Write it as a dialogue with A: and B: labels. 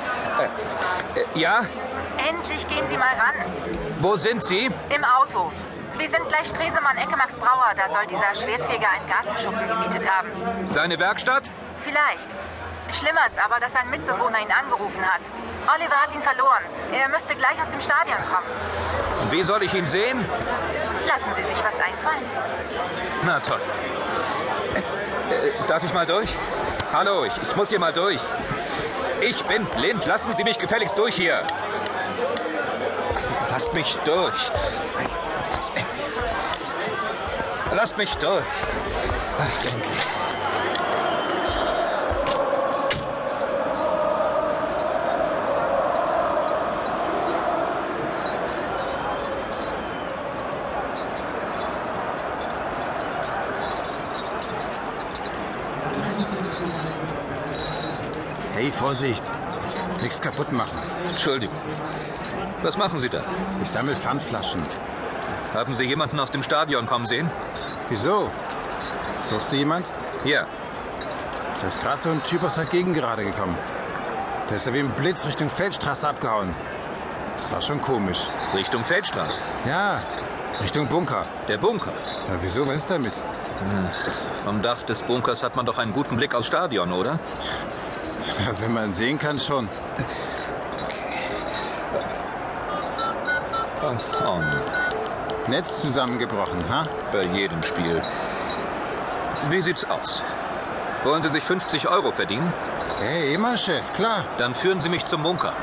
A: Äh, Ja,
B: Endlich gehen Sie mal ran.
A: wo sind Sie?
B: Im Auto. Wir sind gleich Stresemann Ecke Max Brauer. Da soll dieser Schwertfeger einen Gartenschuppen gemietet haben.
A: Seine Werkstatt?
B: Vielleicht. Schlimmer ist aber, dass ein Mitbewohner ihn angerufen hat. Oliver hat ihn verloren. Er müsste gleich aus dem Stadion kommen.
A: Wie soll ich ihn sehen?
B: Lassen Sie sich was einfallen.
A: Na toll. Äh, äh, darf ich mal durch? Hallo, ich, ich muss hier mal durch. Ich bin blind. Lassen Sie mich gefälligst durch hier. Lasst mich durch. Äh, Lasst mich durch. Ach, endlich.
C: Hey, Vorsicht! Nichts kaputt machen.
A: Entschuldigung. Was machen Sie da?
C: Ich sammle Pfandflaschen.
A: Haben Sie jemanden aus dem Stadion kommen sehen?
C: Wieso? Suchst du jemand?
A: Ja.
C: Da ist gerade so ein Typ aus der Gegend gerade gekommen. Der ist ja wie im Blitz Richtung Feldstraße abgehauen. Das war schon komisch.
A: Richtung Feldstraße.
C: Ja, Richtung Bunker.
A: Der Bunker.
C: Ja, wieso? Was ist damit?
A: Vom Dach des Bunkers hat man doch einen guten Blick aufs Stadion, oder?
C: Ja, wenn man sehen kann, schon.
A: Oh, oh nein.
C: Netz zusammengebrochen, ha?
A: Bei jedem Spiel. Wie sieht's aus? Wollen Sie sich 50 Euro verdienen?
C: Hey, immer Chef, klar.
A: Dann führen Sie mich zum Bunker.